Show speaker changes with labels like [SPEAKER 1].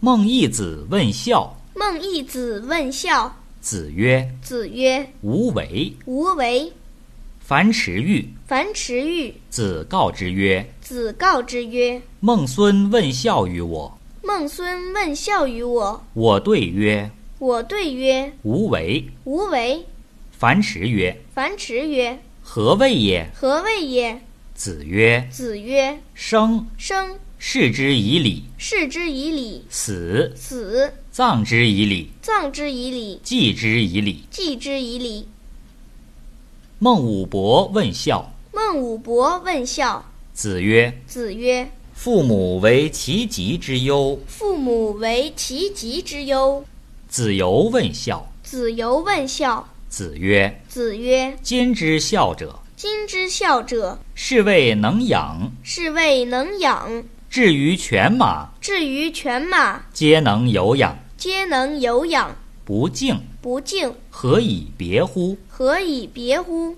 [SPEAKER 1] 孟懿子问孝，
[SPEAKER 2] 孟懿子问孝，
[SPEAKER 1] 子曰
[SPEAKER 2] 子曰：“
[SPEAKER 1] 无为。：“
[SPEAKER 2] 无为。
[SPEAKER 1] 樊迟愈，”
[SPEAKER 2] 樊迟愈，
[SPEAKER 1] 子告之曰
[SPEAKER 2] 子告之曰：“
[SPEAKER 1] 孟孙问孝于我，：“
[SPEAKER 2] 孟孙问孝于我。
[SPEAKER 1] 我对曰：”
[SPEAKER 2] 我对曰
[SPEAKER 1] 无为。：“
[SPEAKER 2] 无为。”
[SPEAKER 1] 樊迟曰”
[SPEAKER 2] 樊迟曰：“
[SPEAKER 1] 何谓也？”
[SPEAKER 2] 何谓也？
[SPEAKER 1] 子曰
[SPEAKER 2] 子曰：“
[SPEAKER 1] 生，
[SPEAKER 2] 生，
[SPEAKER 1] 视之以礼；
[SPEAKER 2] 视之以礼；
[SPEAKER 1] 死，
[SPEAKER 2] 死，
[SPEAKER 1] 葬之以礼；
[SPEAKER 2] 葬之以礼；
[SPEAKER 1] 祭之以礼。
[SPEAKER 2] 祭之以礼。”
[SPEAKER 1] 孟武伯问孝，”
[SPEAKER 2] 孟武伯问孝。
[SPEAKER 1] 子曰
[SPEAKER 2] 子曰：“
[SPEAKER 1] 父母为其疾之忧。”：“
[SPEAKER 2] 父母为其疾之忧。
[SPEAKER 1] 子游问孝，”
[SPEAKER 2] 子游问孝。
[SPEAKER 1] 子曰
[SPEAKER 2] 子曰：“
[SPEAKER 1] 今之孝者，：“
[SPEAKER 2] 今之孝者，
[SPEAKER 1] 是谓能养；
[SPEAKER 2] 是谓能养。
[SPEAKER 1] 至于犬马，
[SPEAKER 2] 至于犬马，
[SPEAKER 1] 皆能有养。
[SPEAKER 2] 皆能有养。
[SPEAKER 1] 不敬，
[SPEAKER 2] 不敬，
[SPEAKER 1] 何以别乎？”
[SPEAKER 2] 何以别乎？”